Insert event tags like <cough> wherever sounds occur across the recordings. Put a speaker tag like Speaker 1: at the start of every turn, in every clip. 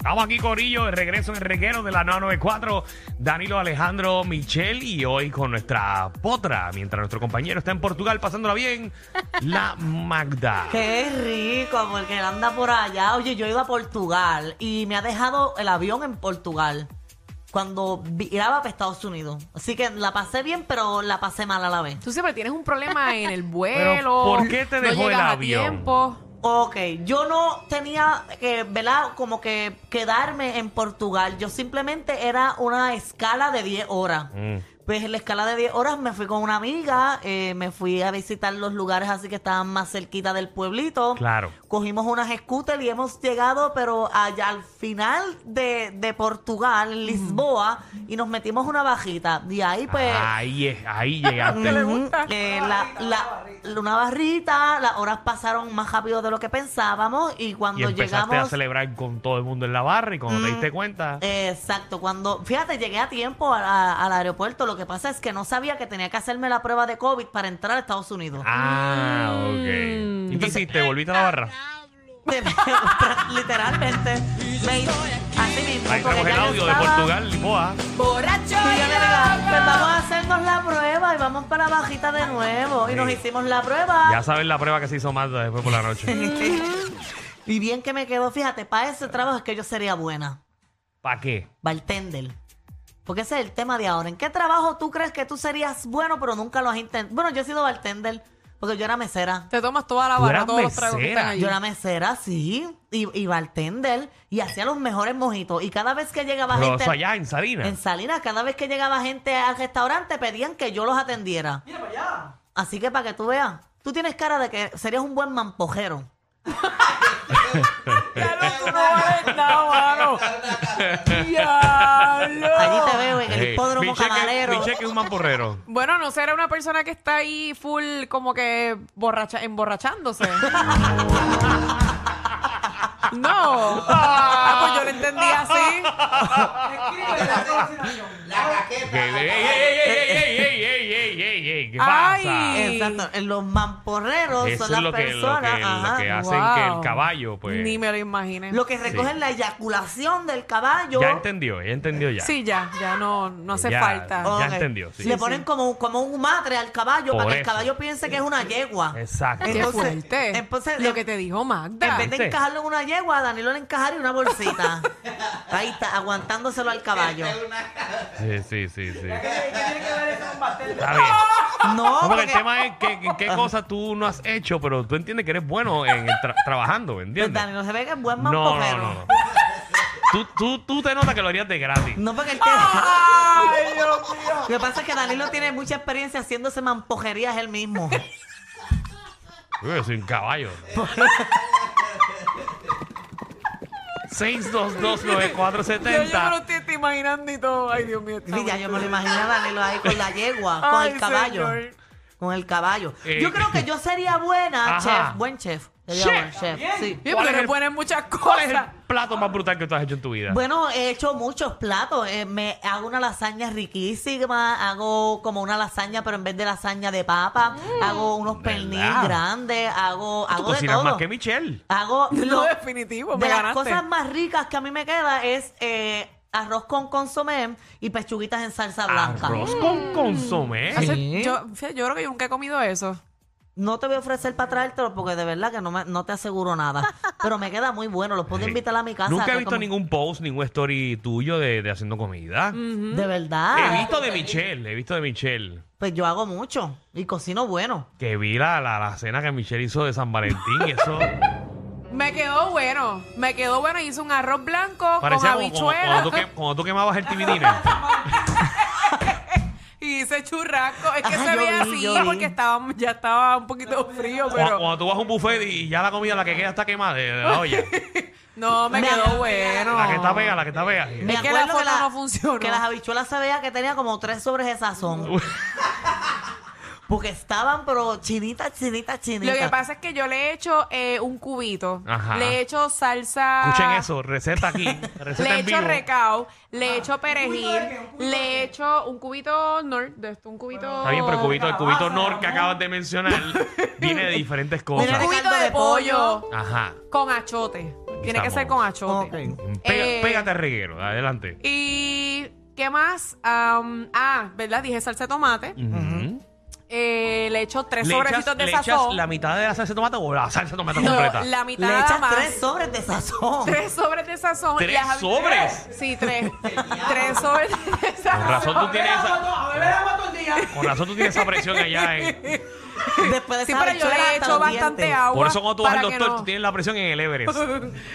Speaker 1: Estamos aquí, Corillo, de regreso en el reguero de la 994, Danilo Alejandro Michel y hoy con nuestra potra, mientras nuestro compañero está en Portugal pasándola
Speaker 2: <laughs>
Speaker 1: bien, la Magda.
Speaker 2: Qué rico, porque él anda por allá. Oye, yo he ido a Portugal y me ha dejado el avión en Portugal cuando viraba para Estados Unidos. Así que la pasé bien, pero la pasé mal a la vez.
Speaker 3: Tú siempre tienes un problema en el vuelo.
Speaker 1: Pero, ¿por qué te dejó
Speaker 3: no
Speaker 1: el
Speaker 3: llegas a
Speaker 1: avión?
Speaker 3: tiempo.
Speaker 2: Ok, yo no tenía que, ¿verdad? Como que quedarme en Portugal. Yo simplemente era una escala de 10 horas.
Speaker 1: Mm.
Speaker 2: Pues en la escala de 10 horas me fui con una amiga, eh, me fui a visitar los lugares así que estaban más cerquita del pueblito.
Speaker 1: Claro.
Speaker 2: Cogimos unas scooters y hemos llegado, pero allá al final de, de Portugal, en Lisboa, y nos metimos una bajita. Y ahí pues...
Speaker 1: Ahí es,
Speaker 2: <laughs>
Speaker 1: ahí llegaste.
Speaker 2: Ujú. Eh, la- la- una barrita, las horas pasaron más rápido de lo que pensábamos y
Speaker 1: y
Speaker 2: cuando
Speaker 1: empezaste a
Speaker 2: llegamos... Mm. Eh,
Speaker 1: celebrar con todo el mundo en la barra y cuando te diste cuenta,
Speaker 2: Exacto, cuando, fíjate, llegué a tiempo a- a- al aeropuerto, lo que pasa es que no sabía que tenía que hacerme la prueba de COVID para entrar a Estados Unidos.
Speaker 1: ah,
Speaker 2: mm.
Speaker 1: ok. ¿Y qué hiciste? ¿Volviste a la barra?
Speaker 2: <laughs> Literalmente. Me, así mismo,
Speaker 1: Ahí
Speaker 2: porque
Speaker 1: traemos el
Speaker 2: ya yo
Speaker 1: audio de
Speaker 2: estaba-
Speaker 1: Portugal, Lisboa.
Speaker 2: Sí, ya me regaló. Pues vamos a hacernos la prueba y vamos para la bajita de nuevo. Y nos
Speaker 1: Sí.
Speaker 2: hicimos la prueba.
Speaker 1: Ya sabes la prueba que se hizo Magda después por la noche.
Speaker 2: <laughs> Y bien que me quedó, fíjate, para ese trabajo es que yo sería buena,
Speaker 1: ¿Para qué?
Speaker 2: bartender. Porque ese es el tema de ahora. ¿En qué trabajo tú crees que tú serías bueno, pero nunca lo has intentado? Bueno, yo he sido bartender, porque yo era mesera.
Speaker 3: Te tomas toda la
Speaker 1: Tú
Speaker 3: barra,
Speaker 1: eras
Speaker 3: todos los tragos que
Speaker 1: mesera.
Speaker 3: están allí.
Speaker 2: Yo era mesera, sí, y, y bartender, y hacía los mejores mojitos. Y cada vez que llegaba
Speaker 1: Pero
Speaker 2: gente
Speaker 1: eso allá en Salinas.
Speaker 2: en Salinas, cada vez que llegaba gente al restaurante, pedían que yo los atendiera. Mira para allá. Así que para que tú veas, tú tienes cara de que serías un buen mampojero. Allí te veo en el
Speaker 1: Hey,
Speaker 2: hipódromo
Speaker 1: Eh, Michelle que-
Speaker 2: camarero.
Speaker 1: Michelle que es un mamporrero.
Speaker 3: Bueno, no será una persona que está ahí full como que borracha, emborrachándose. no. Ah, pues yo lo entendí así.
Speaker 1: Ok, ey, ey, ey, ey, ey, ey, ey, ey, ey, ey, ¿Qué
Speaker 3: Ay.
Speaker 1: pasa?
Speaker 2: Exacto. eh, Los mamporreros
Speaker 1: Eso es
Speaker 2: son las
Speaker 1: lo que, lo que,
Speaker 2: personas. ajá,
Speaker 1: lo que hacen
Speaker 3: wow.
Speaker 1: que el caballo, pues.
Speaker 3: Ni me lo imaginé.
Speaker 2: lo que recogen la eyaculación del caballo.
Speaker 1: Ya entendió, ya entendió ya.
Speaker 3: Sí, ya, ya no, no hace
Speaker 1: Ya.
Speaker 3: falta.
Speaker 1: Oh. ya
Speaker 2: Ok.
Speaker 1: entendió, sí.
Speaker 2: Le
Speaker 1: Sí,
Speaker 2: ponen como, como un madre al caballo
Speaker 1: Por
Speaker 2: para que el
Speaker 1: eso. Eh,
Speaker 2: caballo piense que es una yegua.
Speaker 1: Exacto.
Speaker 3: Qué
Speaker 2: Entonces-
Speaker 3: fuerte.
Speaker 2: entonces-
Speaker 3: lo que te dijo
Speaker 2: En
Speaker 3: Magda.
Speaker 2: vez de
Speaker 1: ¿Viste?
Speaker 2: encajarlo en una yegua, a Danilo le encajaron una
Speaker 1: <laughs>
Speaker 2: bolsita. Ahí está, aguantándoselo al
Speaker 3: <laughs>
Speaker 2: caballo.
Speaker 1: Sí, sí, sí. sí. Está bien.
Speaker 2: No,
Speaker 1: No, porque el
Speaker 2: porque,
Speaker 1: tema es que, que- qué cosas tú no has hecho, pero tú entiendes que eres bueno en el tra- trabajando, ¿me
Speaker 2: pues,
Speaker 1: ¿entiendes?
Speaker 2: Danilo se ve que es buen
Speaker 1: No, no, no.
Speaker 2: mampojero.
Speaker 1: no. tú, tú, tú te notas que lo harías de gratis.
Speaker 2: No, porque él Lo que pasa es que Danilo tiene mucha experiencia haciéndose mampojerías él
Speaker 3: <laughs>
Speaker 2: mismo.
Speaker 1: Uy, soy un caballo. <laughs> 6229470.
Speaker 3: Yo, yo me lo estoy estoy imaginando y todo. Ay, Dios mío. está
Speaker 2: Sí, ya yo me lo
Speaker 3: brutal.
Speaker 2: imagino a Danilo ahí con la yegua, con
Speaker 3: Ay,
Speaker 2: el caballo.
Speaker 3: señor.
Speaker 2: Con el caballo.
Speaker 1: Eh.
Speaker 2: Yo creo que yo sería buena,
Speaker 1: Ajá.
Speaker 2: chef, buen chef. Sería
Speaker 1: Chef.
Speaker 2: buen chef. sí.
Speaker 1: ¿Cuál
Speaker 3: Sí, pero
Speaker 1: es
Speaker 3: le
Speaker 1: el-
Speaker 3: ponen muchas cosas.
Speaker 1: ¿Cuál
Speaker 2: <laughs>
Speaker 1: es el plato más brutal que tú has hecho en tu vida?
Speaker 2: Bueno, he hecho muchos platos. eh, me hago una lasaña riquísima, hago como una lasaña, pero en vez de lasaña de papa, hago unos pernil
Speaker 1: Mm, ¿Verdad?
Speaker 2: grandes, hago,
Speaker 1: tú
Speaker 2: hago de
Speaker 1: cocinas
Speaker 2: todo.
Speaker 1: más que Michelle.
Speaker 2: Hago
Speaker 3: <laughs> No,
Speaker 2: lo-
Speaker 3: definitivo, me
Speaker 2: de las
Speaker 3: ganaste.
Speaker 2: cosas más ricas que a mí me queda es eh, arroz con consomé y pechuguitas en salsa blanca. Mm.
Speaker 1: Arroz con consomé.
Speaker 3: Hace-
Speaker 2: Sí.
Speaker 3: yo, fíjate, yo creo que yo nunca he comido eso.
Speaker 2: No te voy a ofrecer para traértelo porque de verdad que no, me- no te aseguro nada. Pero me queda muy bueno. Los puedo
Speaker 1: Sí.
Speaker 2: invitar a mi casa.
Speaker 1: Nunca
Speaker 2: que
Speaker 1: he visto
Speaker 2: como-
Speaker 1: ningún post, ningún story tuyo de, de haciendo comida.
Speaker 2: De
Speaker 1: He
Speaker 2: verdad.
Speaker 1: visto de Michelle, he visto de Michelle.
Speaker 2: Pues yo hago mucho y cocino bueno. <laughs>
Speaker 1: Que vi la, la, la cena que Michelle hizo de San Valentín y eso.
Speaker 3: Me quedó bueno. Me quedó bueno. Hice un arroz blanco
Speaker 1: Parecía
Speaker 3: con
Speaker 1: como, como-
Speaker 3: habichuela.
Speaker 1: cuando, tú que- cuando tú quemabas el
Speaker 2: <laughs>
Speaker 1: tibidine.
Speaker 3: <laughs> Y hice churrasco. Es que
Speaker 2: Ah,
Speaker 3: se
Speaker 2: yo
Speaker 3: veía
Speaker 2: vi,
Speaker 3: así
Speaker 2: yo vi.
Speaker 3: porque estaba, ya estaba un poquito frío,
Speaker 1: cuando,
Speaker 3: pero
Speaker 1: cuando tú vas a un buffet y ya la comida, la que queda está quemada de, de la olla.
Speaker 3: no, me
Speaker 2: Me-
Speaker 3: quedó bueno.
Speaker 1: La que está pega, la que está pega.
Speaker 2: Me
Speaker 3: Es que
Speaker 2: acuerdo
Speaker 3: la foto no funcionó.
Speaker 2: Que las habichuelas se veía que tenía como tres sobres de sazón. Porque estaban, pero chinitas, chinitas,
Speaker 3: Lo
Speaker 2: chinitas.
Speaker 3: que pasa es que yo le echo eh, un cubito.
Speaker 1: Ajá.
Speaker 3: Le echo salsa.
Speaker 1: Escuchen eso, receta aquí. Receta
Speaker 3: Ah. Le
Speaker 1: en
Speaker 3: echo
Speaker 1: vivo.
Speaker 3: recao, le echo perejil, le echo un cubito nor, de esto, un cubito.
Speaker 1: Está bien, pero el cubito, el cubito Nor que acabas de
Speaker 3: <laughs>
Speaker 1: mencionar viene de diferentes
Speaker 3: Un
Speaker 1: cosas.
Speaker 2: Mira,
Speaker 3: cubito
Speaker 2: Caldo
Speaker 3: de
Speaker 2: de
Speaker 3: pollo
Speaker 1: Ajá.
Speaker 3: con achote. Tiene que
Speaker 1: estamos.
Speaker 3: ser con achote.
Speaker 2: Ok.
Speaker 1: Pega-
Speaker 3: Eh,
Speaker 1: pégate, reguero. Adelante.
Speaker 3: Y qué más? Am, ah, ¿verdad? Dije salsa de tomate.
Speaker 1: Ujú.
Speaker 3: Eh, le echo tres
Speaker 1: Mm. ¿Le
Speaker 3: sobrecitos
Speaker 1: echas,
Speaker 3: de
Speaker 1: le echas
Speaker 3: sazón.
Speaker 1: la mitad de la salsa de tomate o la salsa de tomate
Speaker 3: No,
Speaker 1: completa?
Speaker 3: la
Speaker 2: Le
Speaker 3: mitad nada
Speaker 2: echas
Speaker 3: más.
Speaker 2: tres sobres de sazón.
Speaker 3: Tres sobres de sazón.
Speaker 1: ¿Tres
Speaker 3: y las habi-
Speaker 1: sobres?
Speaker 3: Sí,
Speaker 2: <laughs>
Speaker 3: tres. tres sobres de sazón.
Speaker 1: Con razón tú tienes esa... Con razón tú tienes esa presión allá
Speaker 3: <laughs>
Speaker 1: en...
Speaker 2: Después de
Speaker 3: Sí,
Speaker 2: esa
Speaker 3: pero yo
Speaker 2: habichuela
Speaker 3: le he
Speaker 2: hasta
Speaker 3: hecho
Speaker 2: los
Speaker 3: bastante
Speaker 2: dientes.
Speaker 3: agua.
Speaker 1: Por eso cuando tú vas al
Speaker 3: para que
Speaker 1: doctor,
Speaker 3: no-
Speaker 1: tú tienes la presión en el
Speaker 3: <laughs>
Speaker 1: Everest.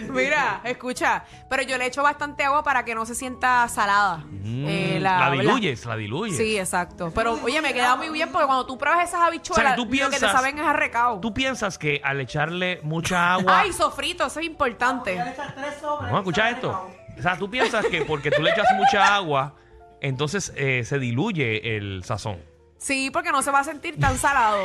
Speaker 3: Mira, escucha, pero yo le echo bastante agua para que no se sienta salada.
Speaker 1: Mm,
Speaker 3: Eh,
Speaker 1: la, diluyes, la diluyes.
Speaker 3: Sí, exacto. Pero oye, me queda muy bien porque cuando tú pruebas esas
Speaker 1: O sea,
Speaker 3: habichuelas,
Speaker 1: que tú
Speaker 3: lo que
Speaker 1: piensas-
Speaker 3: te saben es arrecao.
Speaker 1: ¿Tú piensas que al echarle mucha agua...
Speaker 3: Ay, sofrito, eso es importante.
Speaker 1: Vamos a escuchar esto. O sea, tú piensas que porque tú le echas mucha agua, entonces eh, se diluye el sazón.
Speaker 3: Sí, porque no se va a sentir tan salado.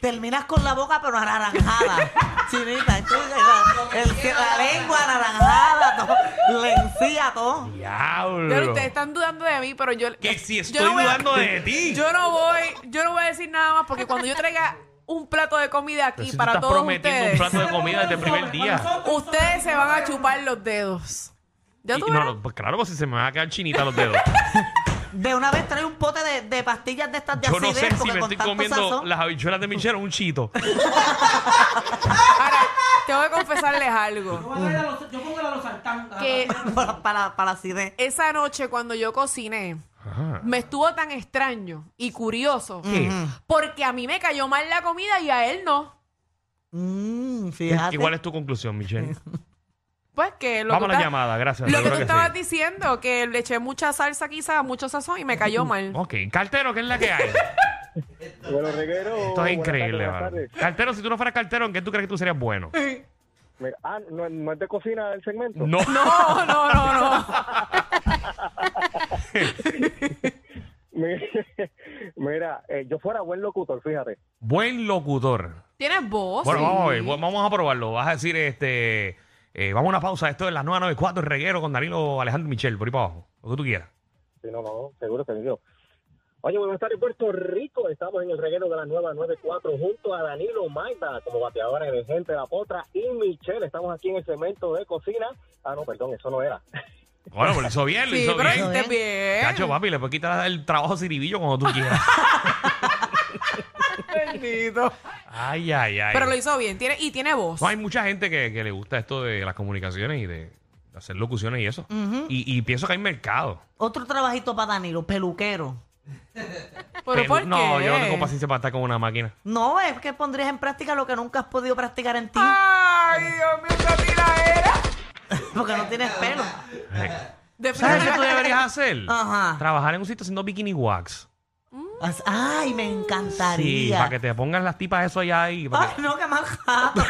Speaker 2: Terminas con la boca pero anaranjada. Chinita, entonces, la, el- la lengua anaranjada, todo, la encía, todo.
Speaker 3: Pero
Speaker 1: Diablo.
Speaker 3: ustedes están dudando de mí, pero yo.
Speaker 1: Que si
Speaker 3: yo
Speaker 1: estoy
Speaker 3: no voy a-
Speaker 1: dudando de ti.
Speaker 3: Yo no voy, yo no voy a decir nada más porque cuando yo traiga un plato de comida
Speaker 1: Pero
Speaker 3: aquí
Speaker 1: si tú
Speaker 3: para
Speaker 1: estás
Speaker 3: todos
Speaker 1: prometiendo
Speaker 3: ustedes.
Speaker 1: un plato de comida desde el primer día.
Speaker 3: Ustedes se van a chupar los dedos. Ya
Speaker 1: Y-
Speaker 3: tú
Speaker 1: no,
Speaker 3: verás.
Speaker 1: no, pues claro, pues si se me van a quedar chinitas los dedos.
Speaker 2: De una vez trae un pote de, de pastillas de estas de
Speaker 1: Yo no
Speaker 2: acidez,
Speaker 1: sé si
Speaker 2: porque
Speaker 1: me
Speaker 2: con
Speaker 1: estoy
Speaker 2: tanto
Speaker 1: comiendo
Speaker 2: sazón-
Speaker 1: las habichuelas de Michelle o un chito.
Speaker 3: Ahora, tengo que confesarles algo.
Speaker 4: Yo pongo la losartán.
Speaker 3: Que
Speaker 2: <laughs> para, para, para la acidez.
Speaker 3: esa noche cuando yo cociné,
Speaker 1: Ajá.
Speaker 3: me estuvo tan extraño y curioso.
Speaker 1: Ah, ¿Qué?
Speaker 3: Porque a mí me cayó mal la comida y a él no.
Speaker 2: Mmm, fíjate.
Speaker 1: ¿Y cuál es tu conclusión, Michelle?
Speaker 3: Pues que lo
Speaker 1: Vamos
Speaker 3: que
Speaker 1: a la
Speaker 3: ta-
Speaker 1: llamada, gracias.
Speaker 3: Lo que
Speaker 1: seguro
Speaker 3: tú
Speaker 1: que
Speaker 3: estabas
Speaker 1: sí.
Speaker 3: diciendo, que le eché mucha salsa quizás, mucho sazón y me cayó
Speaker 1: <laughs>
Speaker 3: mal.
Speaker 1: Ok, cartero, ¿qué es la que
Speaker 3: <laughs>
Speaker 1: hay?
Speaker 5: Bueno, Reguero.
Speaker 1: Esto es
Speaker 5: buenas
Speaker 1: increíble,
Speaker 5: tardes,
Speaker 1: mano.
Speaker 5: buenas tardes.
Speaker 1: Cartero, si tú no fueras cartero, ¿en qué tú crees que tú serías bueno?
Speaker 5: Mira, Ah, no, no es de cocina el segmento. <laughs>
Speaker 1: No.
Speaker 3: Mm. No, no, no, no.
Speaker 5: Mi- Mira, eh, yo fuera buen locutor, fíjate.
Speaker 1: Buen locutor.
Speaker 3: Tienes voz.
Speaker 1: Bueno,
Speaker 3: Oh,
Speaker 1: vamos a
Speaker 3: sí.
Speaker 1: ver, bueno, vamos a probarlo. Vas a decir, este, eh, vamos a una pausa. Esto es la 994, el reguero con Danilo Alejandro y Michel, por ahí para abajo. Lo que tú quieras.
Speaker 5: Si no, no, seguro que yo. Oye, buenas tardes, Puerto Rico. Estamos en el reguero de la nueva 94 junto a Danilo Maida como bateadora emergente de la potra y Michelle. Estamos aquí en el segmento de cocina. Ah, no, perdón, eso no era.
Speaker 1: Bueno, lo hizo bien, lo
Speaker 3: Sí,
Speaker 1: hizo
Speaker 3: pero
Speaker 1: bien.
Speaker 3: estés bien.
Speaker 1: Cacho, papi, le puedes quitar el trabajo ciribillo cuando tú quieras.
Speaker 3: <laughs> Bendito.
Speaker 1: Ay, ay, ay.
Speaker 3: Pero lo hizo bien. Tiene, y tiene voz.
Speaker 1: eh. No, hay mucha gente que, que le gusta esto de las comunicaciones y de hacer locuciones y eso. y, y pienso que hay mercado.
Speaker 2: Otro trabajito para Danilo, peluquero.
Speaker 3: ¿Pero
Speaker 1: Pelu-
Speaker 3: por qué?
Speaker 1: Eh, No, yo no tengo paciencia para estar con una
Speaker 3: <laughs>
Speaker 1: máquina.
Speaker 2: No, es que pondrías en práctica lo que nunca has podido practicar en ti,
Speaker 3: Ay, Dios mío, una tiradera.
Speaker 2: porque no tienes pelo.
Speaker 1: Eh,
Speaker 3: De
Speaker 1: ¿Sabes qué tú deberías hacer?
Speaker 2: Ajá.
Speaker 1: Trabajar en un sitio haciendo bikini wax.
Speaker 2: As- Ay, me
Speaker 1: Sí,
Speaker 2: encantaría.
Speaker 1: para que te pongan las tipas eso allá ahí. para que-
Speaker 2: Ay, no, qué mal jato.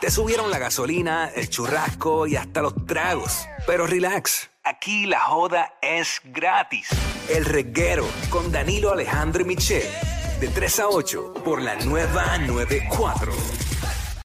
Speaker 6: Te subieron la gasolina, el churrasco y hasta los tragos. Pero relax, aquí la joda es gratis. El reguero con Danilo Alejandro y Michel, de 3 a 8 por la nueva 94.